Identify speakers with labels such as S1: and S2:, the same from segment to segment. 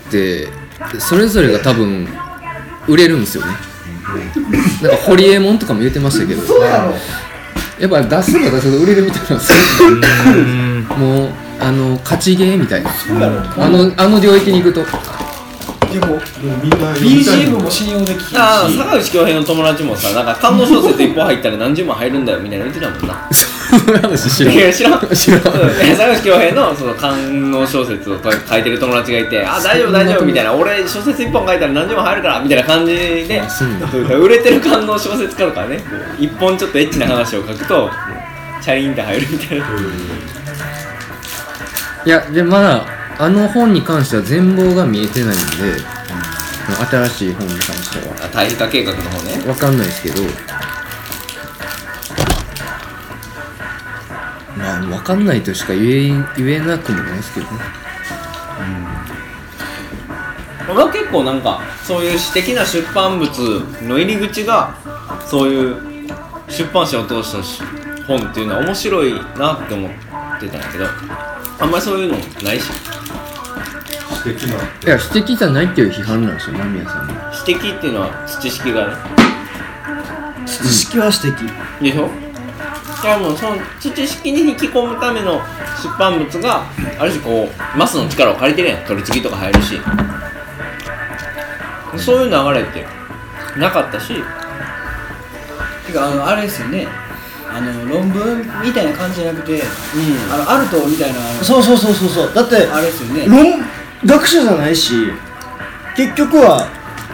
S1: ってそれぞれが多分売れるんですよねなんかホリエモンとかも言ってましたけど
S2: そうやろ
S1: やっぱ出すの出すの売れるみたいなんですよもうあの勝ちゲーみたいな
S2: そうやろ
S1: あのあの領域に行くと
S2: でも
S3: もうみんな読みたい
S2: BGM
S3: もん
S2: も信用できひんし
S4: ああ坂口恭平の友達もさなんか感動小説一本入ったら何十万入るんだよみたいな言ってたもんな
S1: そういう話知らん
S4: いや知らん
S1: 知らん
S4: うんえ坂口恭平のその官能小説を書いてる友達がいて「あ大丈夫大丈夫」みたいな「俺小説一本書いたら何でも入るから」みたいな感じで
S1: そうなんだ
S4: 売れてる官能小説家とからねこう一本ちょっとエッチな話を書くとチャリンって入るみたいな
S1: うんいやでまああの本に関しては全貌が見えてないんで、新しい本に関しては
S4: あ対比化計画の方ね
S1: わかんないですけどまあわかんないとしか言え言えなくもないですけどね
S4: 俺は結構なんかそういう私的な出版物の入り口がそういう出版社を通したし本っていうのは面白いなって思ってたんやけどあんまりそういうのないし
S3: 素敵ない
S1: や指摘じゃないっていう批判なんですよ間宮さんの
S4: 指摘っていうのは知識がね
S5: 知識は指摘
S4: でしょいやもうその知識に引き込むための出版物がある種こうマスの力を借りてるやん取り次ぎとか入るしそういう流れってなかったして
S5: かあのあれですよねあの論文みたいな感じじゃなくてあのアルトみたいなあの
S2: そうそうそうそうそうだって
S5: あれですよね
S2: 論学者じゃないし結局は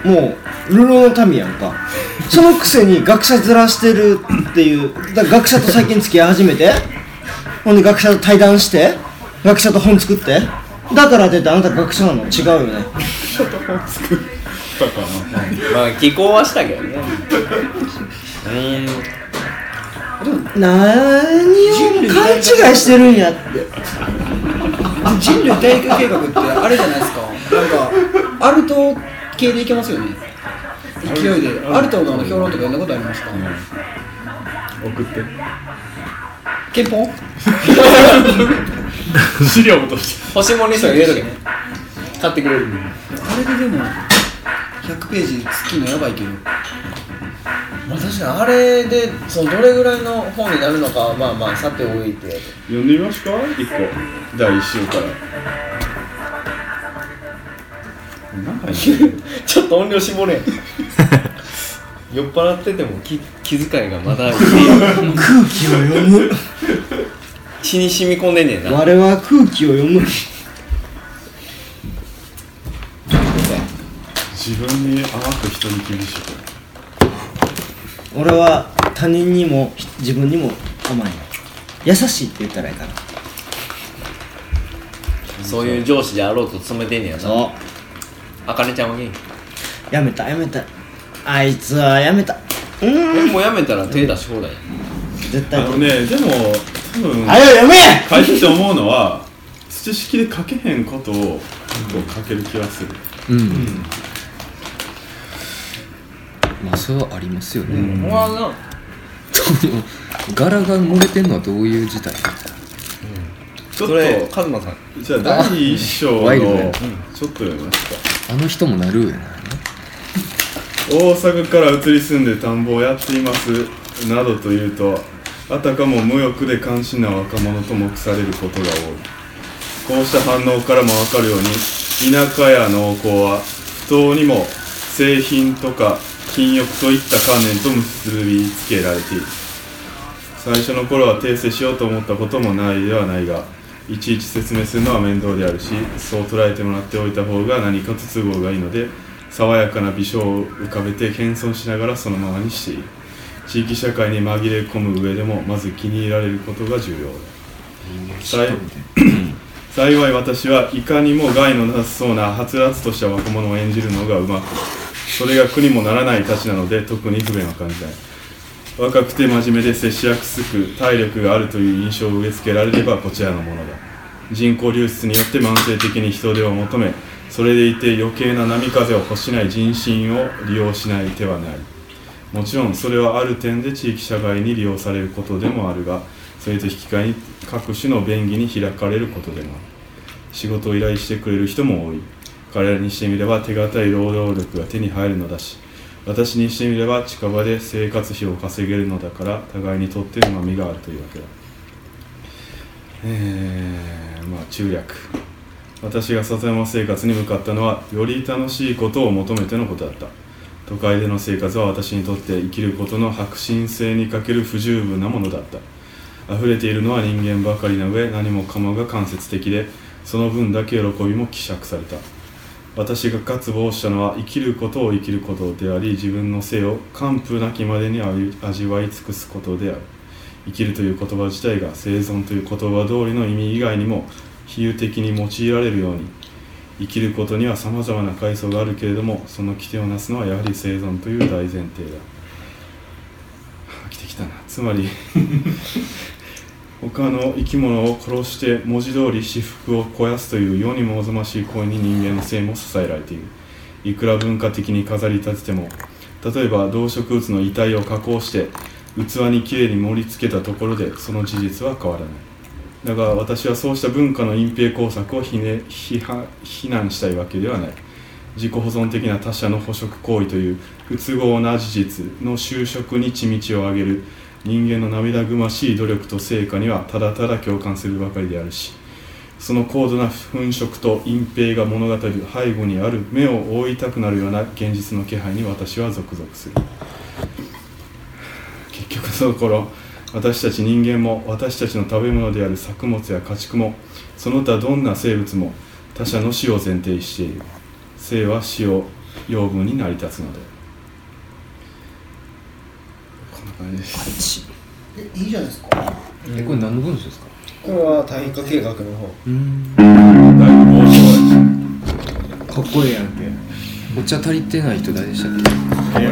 S2: もう流浪の民やんかそのくせに学者ずらしてるっていうだから学者と最近付き合い始めてほんで学者と対談して学者と本作ってだから出てあなた学者なの違うよね
S4: まあ寄稿はしたけどね
S2: 何を勘違いしてるんやって
S5: 人類大化計画ってあれじゃないですかなんかアルト系でいけますよね勢いでアルトの評論とか読んだことありますか、
S3: 送って
S5: 憲法
S3: 資料として
S4: 星森賞入れとけ買ってくれる
S5: あれででも100ページ好きのやばいけど
S4: まあ確かにあれでそのどれぐらいの本になるのかまあまあさておいて
S3: 読んでみますか一個第一章からなんか言ってる
S4: ちょっと音量絞 れん酔っ払ってても気気遣いがまだ
S2: 空気を読む
S4: 血に染み込んでんねんな
S2: 我は空気を読む
S3: 自分に甘く人に厳しく
S2: 俺は他人にも自分にも甘い優しいって言ったらいいかな
S4: そういう上司であろうと勤めてんねやな
S2: そう
S4: あかねちゃんはゲイ
S2: やめたやめたあいつはやめたうーん
S4: もうやめたら手出し放題や
S2: 絶
S3: あ
S2: 対
S3: のねでも多分
S2: あれはやめ
S3: 書いてて思うのは土式で書けへんことをこう書ける気がする
S1: うん、まあそれはありますよね、
S4: うわな
S1: 柄が漏れてんのはどういう事態
S3: ちょっ
S4: それ
S3: と
S4: カズマさん
S3: じゃあ第一章
S1: ワイル
S3: のち
S1: ド
S3: ょ
S1: ね
S3: っと読みますか
S1: あの人もなるよな
S3: 大阪から移り住んで田んぼをやっていますなどというとあたかも無欲で関心な若者と目されることが多いこうした反応からもわかるように田舎や農耕は不当にも製品とか禁欲といった観念と結びつけられている最初の頃は訂正しようと思ったこともないではないがいちいち説明するのは面倒であるしそう捉えてもらっておいた方が何かと都合がいいので爽やかな微笑を浮かべて謙遜しながらそのままにしている地域社会に紛れ込む上でもまず気に入られることが重要ださい幸い私はいかにも害のなさそうなはつらつとした若者を演じるのがうまくそれが苦にもならないたちなので特に不便は感じない若くて真面目で接しやすく体力があるという印象を植え付けられればこちらのものだ人口流出によって慢性的に人手を求めそれでいて余計な波風を欲しない人心を利用しない手はないもちろんそれはある点で地域社会に利用されることでもあるがそれと引き換えに各種の便宜に開かれることでもある仕事を依頼してくれる人も多い彼らにしてみれば手堅い労働力が手に入るのだし私にしてみれば近場で生活費を稼げるのだから互いにとってのまみがあるというわけだえー、まあ中略私が里山生活に向かったのはより楽しいことを求めてのことだった都会での生活は私にとって生きることの迫真性に欠ける不十分なものだった溢れているのは人間ばかりな上何もかもが間接的でその分だけ喜びも希釈された私が渇望したのは生きることを生きることであり自分の性を完膚なきまでに味味わい尽くすことである生きるという言葉自体が生存という言葉通りの意味以外にも比喩的に用いられるように生きることにはさまざまな階層があるけれどもその規定をなすのはやはり生存という大前提だ 飽きてきたなつまり 他の生き物を殺して文字通り私腹を肥やすという世にもおぞましい行為に人間の性も支えられているいくら文化的に飾り立てても例えば動植物の遺体を加工して器にきれいに盛り付けたところでその事実は変わらないだが私はそうした文化の隠蔽工作をひ、ね、批判非難したいわけではない自己保存的な他者の捕食行為という不都合な事実の就職に血道を上げる人間の涙ぐましい努力と成果にはただただ共感するばかりであるしその高度な粉飾と隠蔽が物語る背後にある目を覆いたくなるような現実の気配に私はゾクゾクする結局その頃私たち人間も私たちの食べ物である作物や家畜もその他どんな生物も他者の死を前提にしている生は死を養分に成り立つのでこんな感じです
S5: えいいじゃないですか
S1: えこれ何の文章ですか
S2: これは単位化計画の方
S1: うん
S3: だいぶ暴走
S1: かっこええやんけお茶足りてない人誰でしたっけ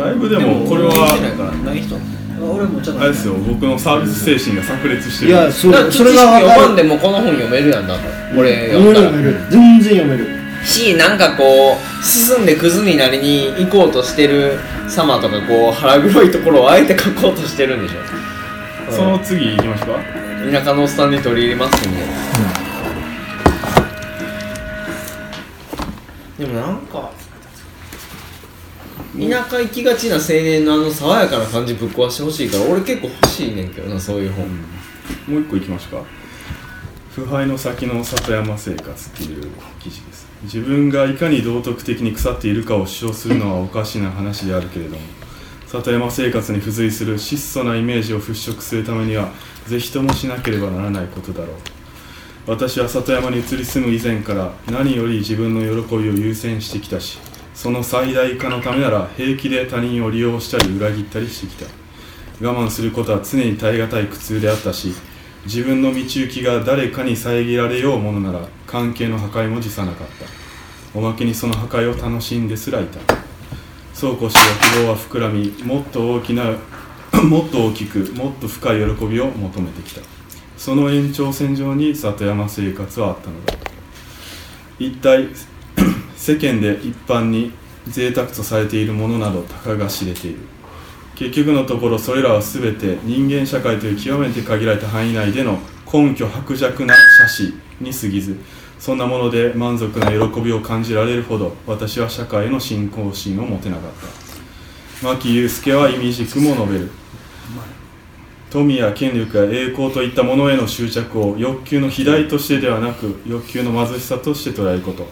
S3: だいぶでもこれ
S4: 見てない
S3: は
S4: からない人
S5: あ俺もちょっ
S3: あれ
S5: と
S3: ですよ僕のサービス精神が炸裂して
S2: い
S3: る
S2: やそれそれが
S4: 読
S2: 分か
S4: ま
S2: る
S4: んでもこの本読めるやんだって俺
S2: 読
S4: 読ん
S2: める
S4: だ
S2: 読
S4: ら
S2: める全然読める
S4: しなんかこう進んでクズになりに行こうとしてる様とかこう腹黒いところをあえて書こうとしてるんでしょ
S3: その次行きましょうか
S4: 田舎のおっさんに取り入れますみたいな、でもなんか田舎行きがちな青年のあの爽やかな感じぶっ壊してほしいから俺結構欲しいねんけどなそういう本、
S3: もう一個いきましょうか腐敗の先の里山生活っていう記事です自分がいかに道徳的に腐っているかを主張するのはおかしな話であるけれども里山生活に付随する質素なイメージを払拭するためには是非ともしなければならないことだろう私は里山に移り住む以前から何より自分の喜びを優先してきたしその最大化のためなら平気で他人を利用したり裏切ったりしてきた我慢することは常に耐え難い苦痛であったし自分の道行きが誰かに遮られようものなら関係の破壊も辞さなかったおまけにその破壊を楽しんですらいたそうこうして欲望は膨らみもっと大きな もっと大きくもっと深い喜びを求めてきたその延長線上に里山生活はあったのだ一体 世間で一般に贅沢とされているものなどたかが知れている結局のところそれらは全て人間社会という極めて限られた範囲内での根拠薄弱な写真に過ぎずそんなもので満足な喜びを感じられるほど私は社会への信仰心を持てなかった牧祐介は意味軸も述べる富や権力や栄光といったものへの執着を欲求の肥大としてではなく欲求の貧しさとして捉えること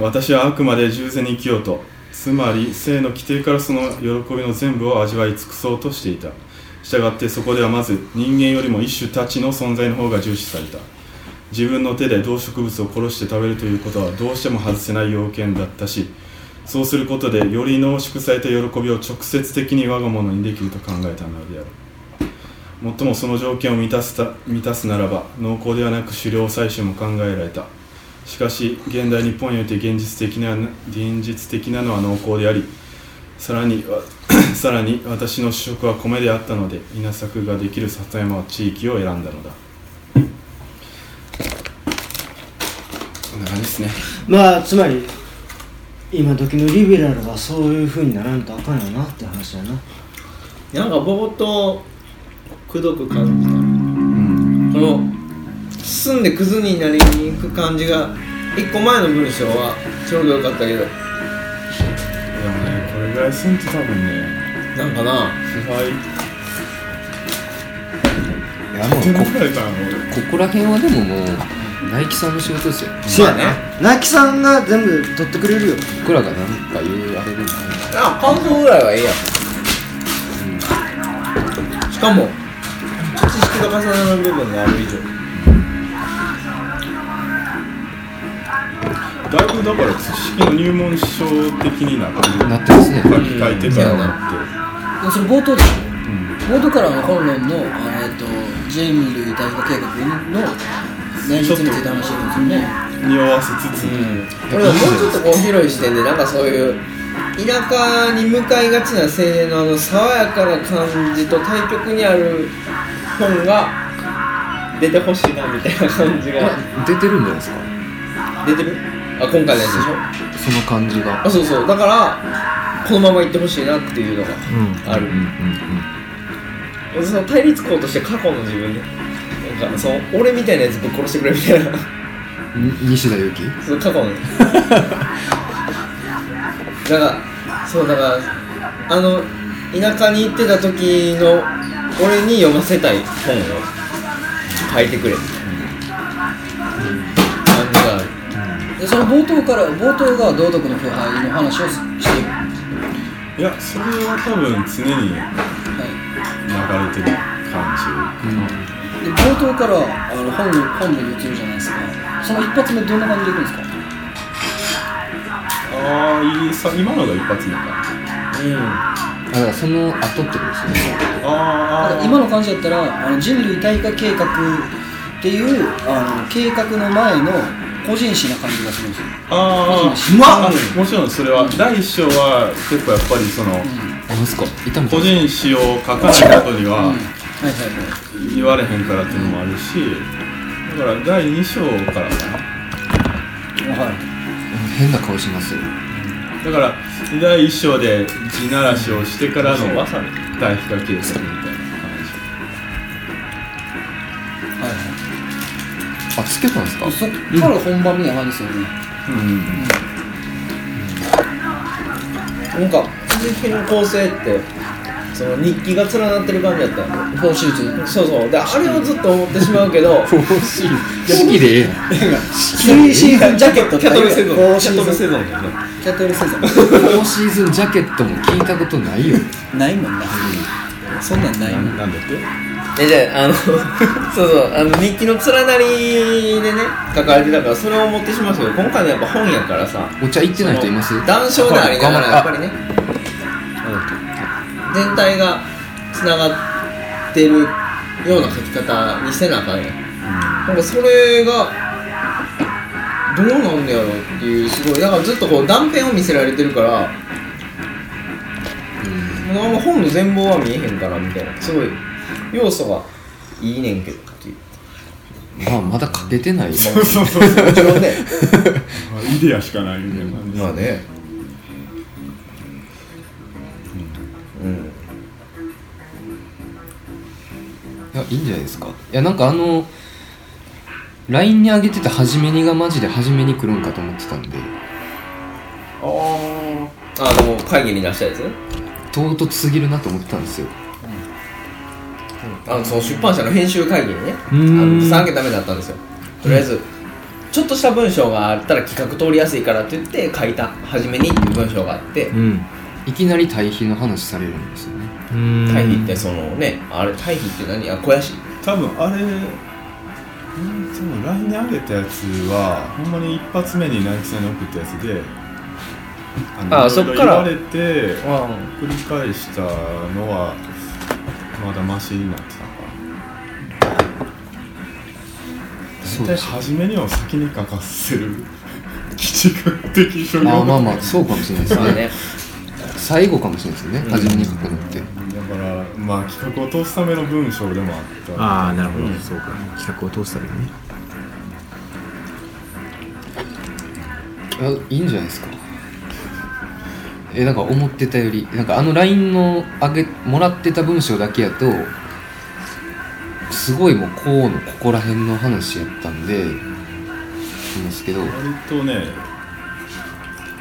S3: 私はあくまで従前に生きようとつまり性の規定からその喜びの全部を味わい尽くそうとしていたしたがってそこではまず人間よりも一種たちの存在の方が重視された自分の手で動植物を殺して食べるということはどうしても外せない要件だったしそうすることでより濃縮された喜びを直接的に我が物にできると考えたのであるもっともその条件を満たすた満たすならば濃厚ではなく狩猟採取も考えられたしかし現代日本において現実的な現実的なのは濃厚でありさらに わさらに私の主食は米であったので稲作ができる里山は地域を選んだのだこんな感じですね
S2: まあつまり今時のリベラルはそういうふうにならんとあかんよなって話だな
S4: なんか冒頭くどく感じた
S3: うん
S4: この進んでクズになりに行く感じが一個前の文章はちょうどよかったけど
S3: でもねこれぐらいすんと多分ね
S4: なんかな
S3: 腐敗
S1: いやもう
S3: 手
S1: こ
S3: 抜かれたの俺
S1: ここら辺はでももう大吉さんの仕事ですよ
S2: せやねナキさんが全部取ってくれるよ
S1: 僕らがなんか言うあれでもない
S4: あ感想ぐらいはいいやんしかも知識が重なる部分がある以上
S3: だいぶだから知識の入門書的になってる
S1: なってますね
S3: さっき書いてたらなって
S5: もそれ冒頭でしょ冒頭からの本論のあえっと人類対話計画の内実について話してるんですよね
S3: 匂わせつつ、
S4: 俺はもうちょっとこう広い視点でなんかそういう田舎に向かいがちな青年のあの爽やかな感じと対極にある本が出てほしいなみたいな感じが
S1: 出てるんじゃないですか
S4: 出てるあ今回のやつで
S1: そ
S4: しょ
S1: の感じが
S4: あそうそうだからこのまま行ってほしいなっていうのが
S1: うん
S4: ある
S1: うんうん
S4: その対立校として過去の自分でなんかその俺みたいなやつぶっ殺してくれみたいな
S1: うんに西田有紀
S4: その過去のだからそうだからあの田舎に行ってた時の俺に読ませたい本を書いてくれみたいな感じがある
S5: でその冒頭から冒頭が道徳の腐敗の話をしている、はい
S3: やそれは多分常に流れてる感
S5: い、で冒頭からあの本の本文に移るじゃないですかその一発目どんな感じでいくんですか
S3: じ、ああいいさ今のが一発目か
S1: あだからその後ってことですね
S5: だか
S3: あ
S5: ら
S3: ーあ
S5: 今の感じだったらあの人類対化計画っていうあの計画の前の個人誌な感じがするんですよ
S3: ーあー
S2: うまっ
S3: あもちろんそれは第一章は結構やっぱりその
S1: あなんすかいたもん
S3: 個人誌を書かないことには
S5: はいはいはい
S3: 言われへんからっていうのもあるしだから第2章からかな
S5: はい
S1: 変な顔しますよ
S3: だから第1章で地ならしをしてからの対比化計算みたいな
S5: はい
S1: あつけたんですか
S5: はいそっから本番みたいな感じですよね、
S3: 感じうん
S4: なんか鈴木の構成ってその日記が連なってる感じだったよ
S5: フォーシーズ
S4: そうそうであれをずっと思ってしまうけ ど
S1: 欲しい好きでええやん
S5: 3シーズンジャケットって
S4: キャトルセ
S5: フ
S4: ゾン
S5: ォーシーズン
S4: セゾン
S5: キャトルセゾン
S1: フォーシーズンジャケットも聞いたことないよ
S5: ないもんな、そんなんないもん
S3: なんだって
S4: えじゃああの そうそうあの日記の連なりでね書かれてたからそれを思ってしまうけど今回のやっぱ本やからさ
S1: お茶行ってない人います
S4: 談笑でありながらやっぱりね全体がつながってるような書き方にせなあかんやん、なんかそれがどうなんだやろうっていうすごいだからずっとこう断片を見せられてるからもうあんま本の全貌は見えへんからみたいなすごい要素がいいねんけどっていう
S1: まあまだ書けてないよ
S3: そうそうそう
S4: もちろんね
S3: イデアしかないみたいな感じ
S4: まあねうん
S1: いやいいんじゃないですかいやなんかあの LINE に上げてた「はじめに」がマジで「はじめに」来るんかと思ってたんで
S3: あ
S4: あの会議に出したやつ
S1: 唐突すぎるなと思ってたんですよ
S4: あのその出版社の編集会議にねあ
S1: うーん
S4: の参加ダメだったんですよとりあえず、ちょっとした文章があったら企画通りやすいからって言って書いた初めにっていう文章があって
S1: うんいきなり対比の話されるんですよね
S4: 対比ってそのねあれ対比って何あ肥やし
S3: あ多分あれうんその LINE に上げたやつはほんまに一発目に直木さんに送ったやつで
S4: あ
S3: あいろい
S4: そ
S3: ろ
S4: っから
S3: 言われて
S4: あ
S3: 繰り返したのはまだマシになってたから
S1: そう
S3: 大
S1: で
S3: 体
S1: す
S3: 初めには先に書かせる 鬼畜的書
S1: あーまあ
S3: あ
S1: まあそうかもしれないです
S4: まあ
S1: ね
S4: ね
S1: 最後かもしれないですよね初めに書くのって
S3: だからまあ企画を通すための文章でもあった
S6: ああなるほど、そうか企画を通したらね
S1: あいいんじゃないですかえなんか思ってたよりなんかあの LINE のあげもらってた文章だけやとすごいもうこうのここら辺の話やったんでなんですけど
S3: 割とね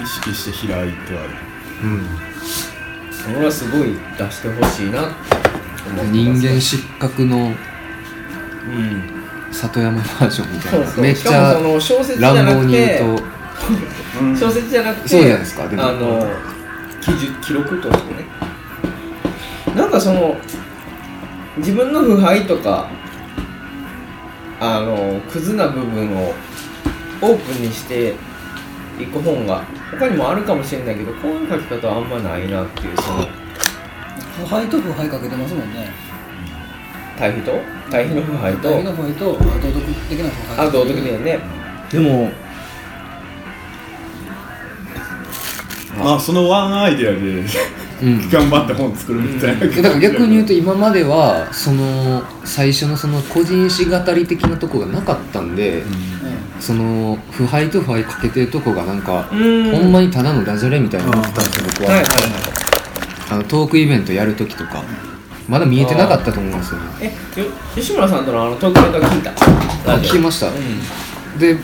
S3: 意識して開いてはいる
S4: それはすごい出してほしいなって思って
S1: 人
S4: ます
S1: 間失格の
S4: うん
S1: 里山バージョンみた
S4: そ
S1: いうな
S4: そう
S1: めっち
S4: しかもそ
S1: ゃ
S4: の小説じゃ
S1: 乱
S4: な
S1: 暴
S4: く
S1: に
S4: て
S1: 言うと
S4: 小説じゃなくて
S1: そうじゃないですかでも
S4: あの記述記録としてねなんかその自分の腐敗とかあのクズな部分をオープンにしていく本が他にもあるかもしれないけどこういう書き方はあんまないなっていうその
S5: 腐敗と腐敗かけてますもんね
S4: 対比と対比の腐敗
S5: 大の
S4: と
S5: 腐敗と道徳的な腐敗
S4: あ道徳だよね
S2: でも
S3: まあそのワンアイデアで
S1: うん
S3: 頑張って本作るみたいな感じ
S1: だから逆に言うと今まではその最初のその個人史語り的なとこがなかったんで、その腐敗と腐敗かけてるとこがなんか、
S4: うん
S1: ほんまにただのダジャレみたいになってたんですよ僕は、
S4: はいはいはい
S1: あのトークイベントやる時とかまだ見えてなかったと思うんですよね
S4: えよ吉村さんとのあのトークイベントは聞いた
S1: あ聞きま
S4: し
S1: した、
S4: う
S1: で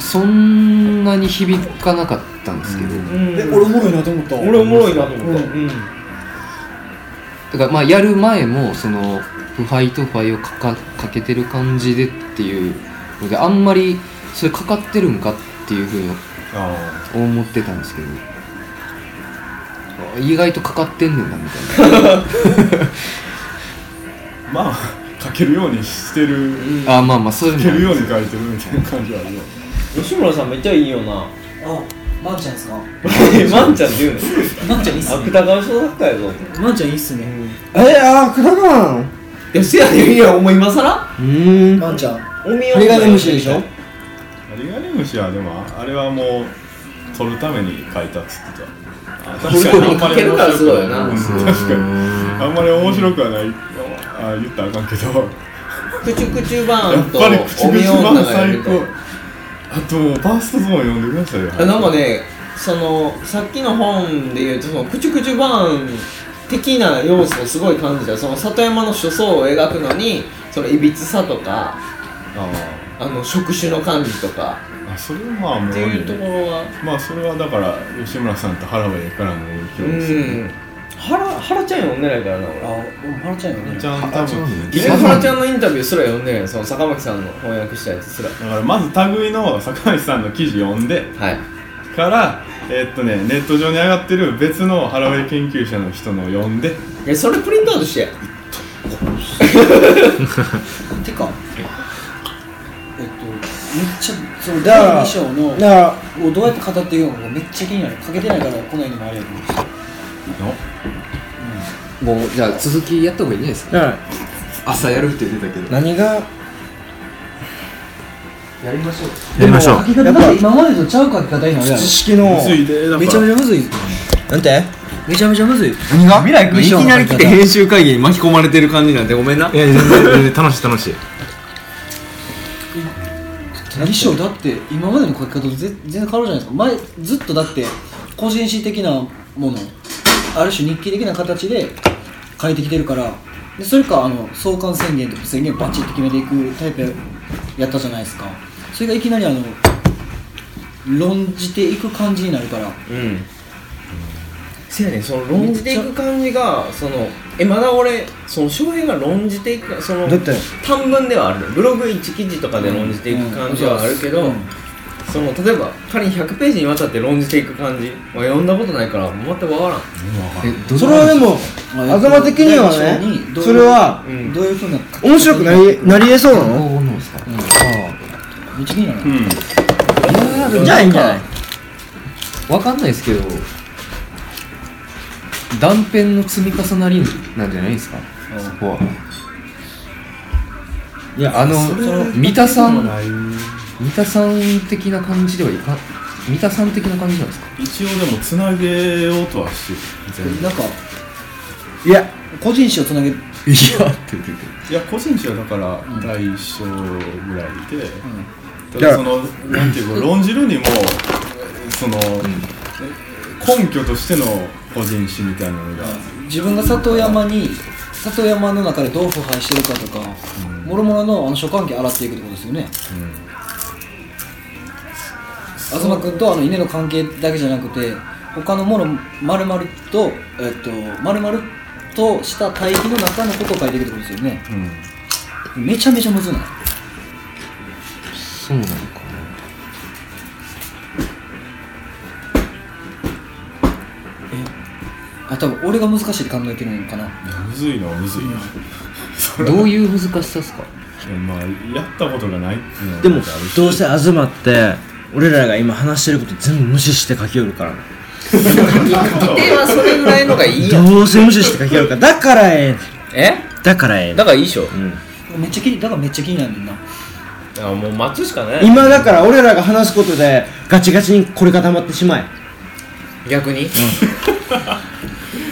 S1: そんなに響かなかったんですけど、
S4: ん、うん、
S5: え俺おもろいなと思った
S4: 俺おもろいなと思った、うん
S1: だからまあやる前もその腐敗と腐敗をかかかけてる感じでっていうのであんまりそれかかってるんかっていうふうに
S3: あ
S1: 思ってたんですけどあ意外とかかってんねんなみたい
S3: あまあ書けるようにしてる
S1: なあまあまあそういう
S3: 書
S1: の
S3: けるよう
S1: も
S3: に書いてるみたいな感じはあるよ
S4: 吉村さんめっちゃいいよな
S5: あマンちゃんですか
S4: マンちゃんって言うの
S5: マンちゃんいいっ
S4: あ芥川賞作家やぞ
S5: マンちゃんいいっすね
S2: えあーくだかん
S4: いやせやでいやお前今さら
S2: うーん
S5: マンちゃん
S4: おみや
S2: 針金虫でしょ
S3: ハリガネムシはでもあれはもう取るために書いたっつってたあ確
S4: 取るために書けるからすごいよな
S3: うん確かにあんまり面白くはないあ言ったらあかんけどや
S4: クチュクチュバーン
S3: っ
S4: と
S3: ぱり口
S4: おみ
S3: 口
S4: や
S3: 版
S4: 女がや
S3: 最
S4: ると
S3: 高あとファーストゾーン読んでくださいよ
S4: あなんかねそのさっきの本で言うとそのクチュクチュバーン的な要素をすごい感じたその里山の所相を描くのにそのいびつさとか
S3: あ
S4: あの触手の感じとか
S3: ーあそれはまあもう
S4: っていうところは
S3: まあそれはだから吉村さんと原部やからの影響ですね
S4: うん原原ちゃん読んでないからな俺
S5: あマンちゃんよね
S3: ちゃん多分
S4: ギリ原ちゃんのインタビューすら読んでないその坂巻さんの翻訳したやつすら
S3: だからまず類の坂口さんの記事読んで
S4: はい
S3: からえーっとねネット上に上がってる別の原部研究者の人のを読んで
S4: えそれプリントアウトして
S5: てかえっとめっちゃその
S2: だから
S5: 第2章の
S2: だから
S5: をどうやって語っていくのかがめっちゃ気になるかけてないから来ないのもあれやけど
S1: もうじゃあ続きやった方がいいんじゃないですか
S2: だから
S1: 朝やるって言ってたけど
S2: 何が
S1: やりましょう
S6: やりましょう
S5: 書き方
S2: やっぱ
S5: が今までとちゃう書き方になるや
S2: 知
S5: ろ
S2: 識の
S3: で
S5: めちゃめちゃむずい
S2: なんて
S5: めちゃめちゃむずい
S2: 何が
S1: 未来君いきなり来て
S5: い
S1: 編集会議に巻き込まれてる感じなんでごめんない
S6: や全然全然楽しい楽しい
S5: 衣装だって今までの書き方とぜ全然変わるじゃないですか前ずっとだって個人史的なものある種日記的な形で変えてきてるからでそれかあの創刊宣言とか宣言バチッと決めていくタイプやったじゃないですかそれがいきなりあの論じていく感じになるから
S4: うんせやねんその論じていく感じがそのえまだ俺その翔平が論じていくその
S2: だって
S4: 短文ではあるブログ1記事とかで論じていく感じはあるけど、
S5: うん
S4: その例えば仮に100ページにわたって論じていく感じは読んだことないから全くわからん
S1: えど
S2: それはでも
S5: まあ
S2: 頭的にはねそれは
S4: うん
S5: どういうふうな
S2: 面白くなりなりえそうなの
S1: こうなんですか、あ
S5: めっちゃ気にな
S3: う
S5: る
S3: ん
S2: じゃあいいんじゃない
S1: あわかんないですけど断片の積み重なりなんじゃないですか、そこはいやあの三田さん
S3: ない
S1: 三田さん的な感じではいか三田さん的な感じなんですか
S3: 一応でもつなげようとはしてる全然
S5: なんか
S2: いや
S5: 個人史をつなげ
S1: い
S5: る
S1: やって言って
S3: いや個人誌はだから第一章ぐらいで、た
S2: じゃあ
S3: だそのなんていうか論じるにもその、根拠としての個人誌みたいなのが
S5: 自分が里山に里山の中でどう腐敗してるかとか、もろもろのあの所管機洗っていくってことですよね東君とあの稲の関係だけじゃなくて他のもの丸々とえっと丸々とした帯域の中のことを書いていくってことですよね
S3: うん
S5: めちゃめちゃむずない
S1: そうなのか
S5: あ多分俺が難しいって考えてるのかない
S3: やむずいのはむずいな、
S1: などういう難しさですか
S3: まあやったことがないっていうのは
S2: でも
S3: なんかあるし
S2: どうせ東って俺らが今話してること全部無視して書きよるからな
S4: 定はそれぐらいのがいいやん
S2: どうせ無視して書きよるからだからええねん
S4: え
S2: だからええねん
S4: だからいいでしょ
S2: うん
S5: めっちゃ気にだからめっちゃ気になるねんな
S4: あもう待つしかない
S2: 今だから俺らが話すことでガチガチにこれ固まってしまえ
S4: 逆に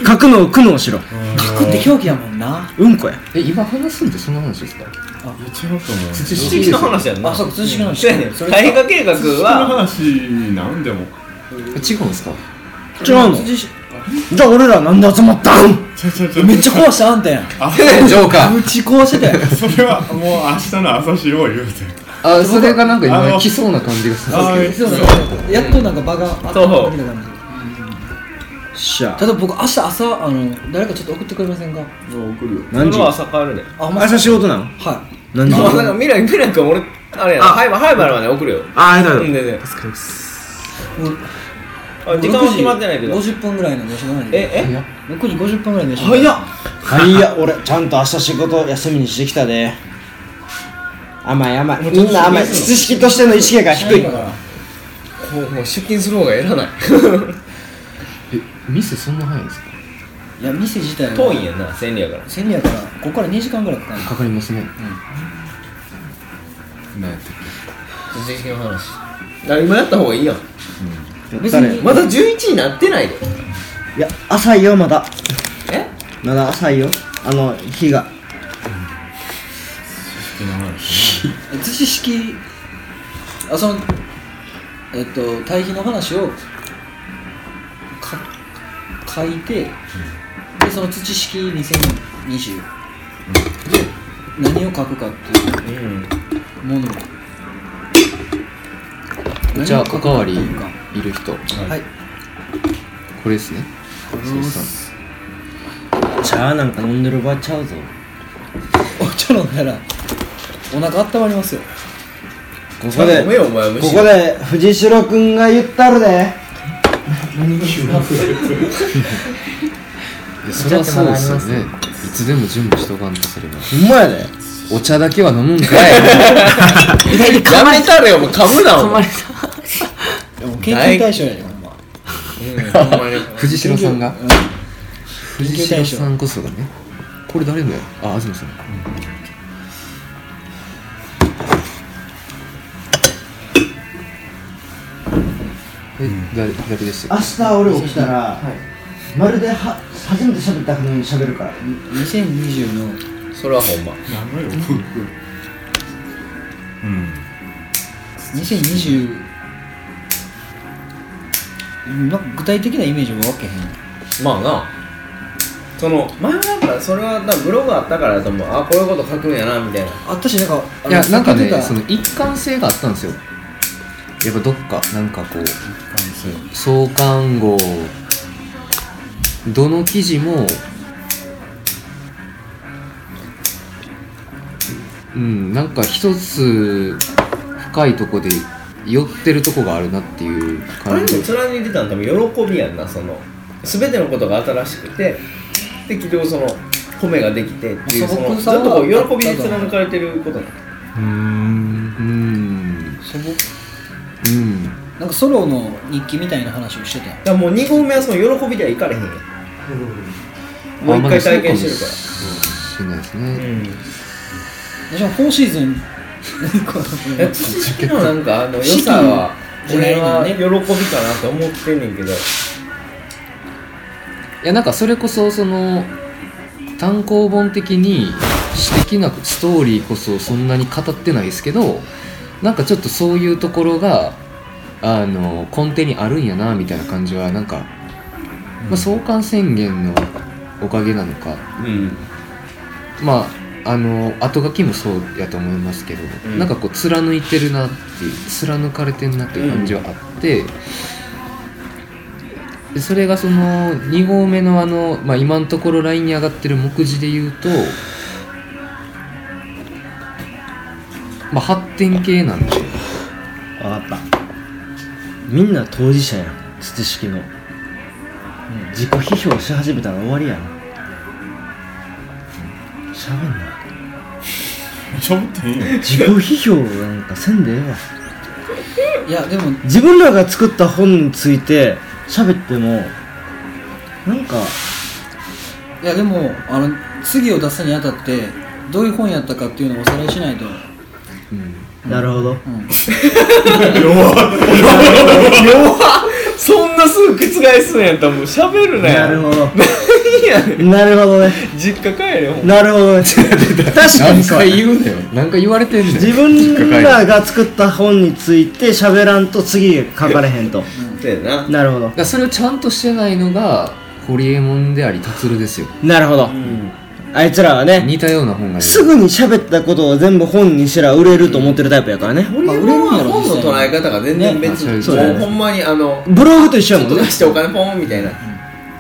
S2: 書くのを苦悩しろ
S5: 書くって表記やもんな
S2: うんこや
S1: え今話すんってそんな話ですか
S3: いや違うと思う
S1: 土
S4: 知識の話やんな
S5: あそうか通信の話
S4: そうやねん
S5: それか
S4: 大化計画
S3: 人の
S4: は
S3: 話なんでも
S1: 違うん ですか
S2: 違うの
S5: 辻氏
S2: じゃあ俺らなんで集まったん
S3: ちょちょちょ
S5: めっちゃ壊したあんたやん
S1: ジョーカー
S5: ぶち壊してたやん
S3: それはもう明日の朝しよう言うて
S1: あそれがなんか
S3: あ
S1: 今
S3: の
S1: 来そうな感じがする
S3: あ
S1: ん
S3: ー
S1: です
S5: そうなんやっとなんか場が
S4: そう
S5: みたいな感じ
S2: しゃ
S5: 例えば僕明日朝あの誰かちょっと送ってくれませんか
S3: もう送るよ
S2: 何時
S4: 俺は朝帰るで
S5: あほんま
S2: 朝仕事なの
S5: は
S2: 何時
S4: あだから未来未来君俺あれやなハイバーハイバーまで送るよ
S6: あありが
S4: う
S6: と
S4: ん
S6: う
S4: 全
S5: い
S4: 然
S5: もう
S4: あ時間は決まってないけど
S5: 50分ぐらいの電車なんで
S1: けどい
S4: ええ
S1: や
S5: 6時50分ぐらいの電車
S4: 早っ
S2: はいや俺ちゃんと明日仕事休みにしてきたで甘い甘いみんな甘い知識としての意識が低い
S4: もうもう出勤する方が偉ない
S1: え店そんな早いんですか
S5: いや店自体は
S4: 遠いんやんな千里やから
S5: 千里やからここから2時間ぐらいかかる
S1: かかりますね
S3: 何やったっ
S4: 知識の話あ今やった方がいいやん
S5: 別に
S4: まだ11になってないで
S2: いや浅いよまだ
S4: え
S2: まだ浅いよあの日が
S3: け知識の話
S5: 知識あそのえっと対比の話をか書いて、でその土式2020、で何を書くかっていう
S4: うん
S5: もの
S1: じゃあおかわり
S5: 何を書くか
S1: いる人
S5: というかはい
S1: これですねそうそう
S2: じゃあなんか飲んでる場合ちゃうぞ
S5: お茶飲んだらお腹温まりますよ
S2: ここで
S4: ごめんお前無
S2: こ
S4: 視
S2: こで藤代くんが言ったるで
S1: いやそれはそうですよねいつでも準備しとかんとすれば
S2: ほんまやで
S1: お茶だけは飲むんかい
S4: やめたらよもう噛むなお前
S5: いやもう研究対象やでほんま
S4: うんほんまに
S1: 藤代さんが
S5: うん
S1: 藤代さんこそがねこれ誰のやあ東さんえ、誰誰でしたっ
S2: 明日俺起きたら、まるでは初めて喋ったかのように喋るから
S5: 2020の
S4: それはほんま
S3: 名前をうん
S5: 2020なんか具体的なイメージも分けへん
S4: まあなその前はだからそれはだからブログあったからだと思うあこういうこと書くんやなみたいな
S5: あ私なんかあ
S1: け
S5: の
S1: いやなんか
S5: さっき言
S1: ね
S5: ってた
S1: その一貫性があったんですよやっぱどっかなんかこう
S3: 完成
S1: 創刊号どの記事もうんなんか一つ深いとこで寄ってるとこがあるなっていう
S4: あ
S1: 感
S4: れも
S1: じ
S4: 貫いてたの多分喜びやんなその全てのことが新しくてで結局その米ができてっていう
S5: まあ素朴
S4: そのずっ
S5: さは
S4: とこう喜びに貫かれてることなの
S6: うん
S1: うん
S5: 素朴
S1: うん
S5: なんかソロの日記みたいな話をしてたよ
S4: だからもう2合目はその喜びではいかれへんやんもう一回体験してるから
S1: そうかもしれないですね、
S5: 私も4シーズ ン
S4: え土式のなんかあの良さは
S5: 四季
S4: 俺は
S5: じ
S4: 喜
S5: ゃ
S4: びかなって思ってんねんけ
S1: い
S4: ど
S1: やなんかそれこそその単行本的に詩的なストーリーこそそんなに語ってないですけどなんかちょっとそういうところがあの根底にあるんやなみたいな感じはなんか、まあ、創刊宣言のおかげなのか
S4: うん
S1: まああの後書きもそうやと思いますけど、
S4: うん
S1: なんかこう貫いてるなっていう貫かれてるなっていう感じはあって、でそれがその2合目のあの、まあ、今のところラインに上がってる目次で言うと、まあ、発展系なんで
S2: 分かったみんな当事者やん土式の自己批評し始めたら終わりやな喋んな
S3: しゃべっていいの
S2: 自己批評なんかせんでええわ
S5: いやでも
S2: 自分らが作った本について喋ってもなんか
S5: いやでもあの次を出すにあたってどういう本やったかっていうのをおさらいしないと、
S2: なるほど
S5: うん、
S4: そんなすぐ覆すんやったらもう喋るなよ
S2: なるほど
S4: いやねん
S2: なるほどね
S4: 実家帰れよほんま
S2: なるほどね確かに
S1: 何
S2: そう
S1: 回言うのよ何回言われてんねん
S2: 自分らが作った本について喋らんと次が書かれへんと
S4: だよな
S2: なるほど
S1: だからそれをちゃんとしてないのがホリエモンであり達郎ですよ
S2: なるほどあいつらはね
S1: 似たような本が出る
S2: すぐに喋ったことを全部本にしたら売れると思ってるタイプやからね
S4: 俺
S5: 売れるんや
S4: は
S5: ろ
S4: 本の捉え方が全然別
S1: ね
S4: に、
S1: そうだよね
S4: もうほんまにあの
S2: ブログと一
S4: ちょ
S2: 緒や
S4: っと
S2: もん
S4: 出
S2: ね
S4: してお金ポンみたいな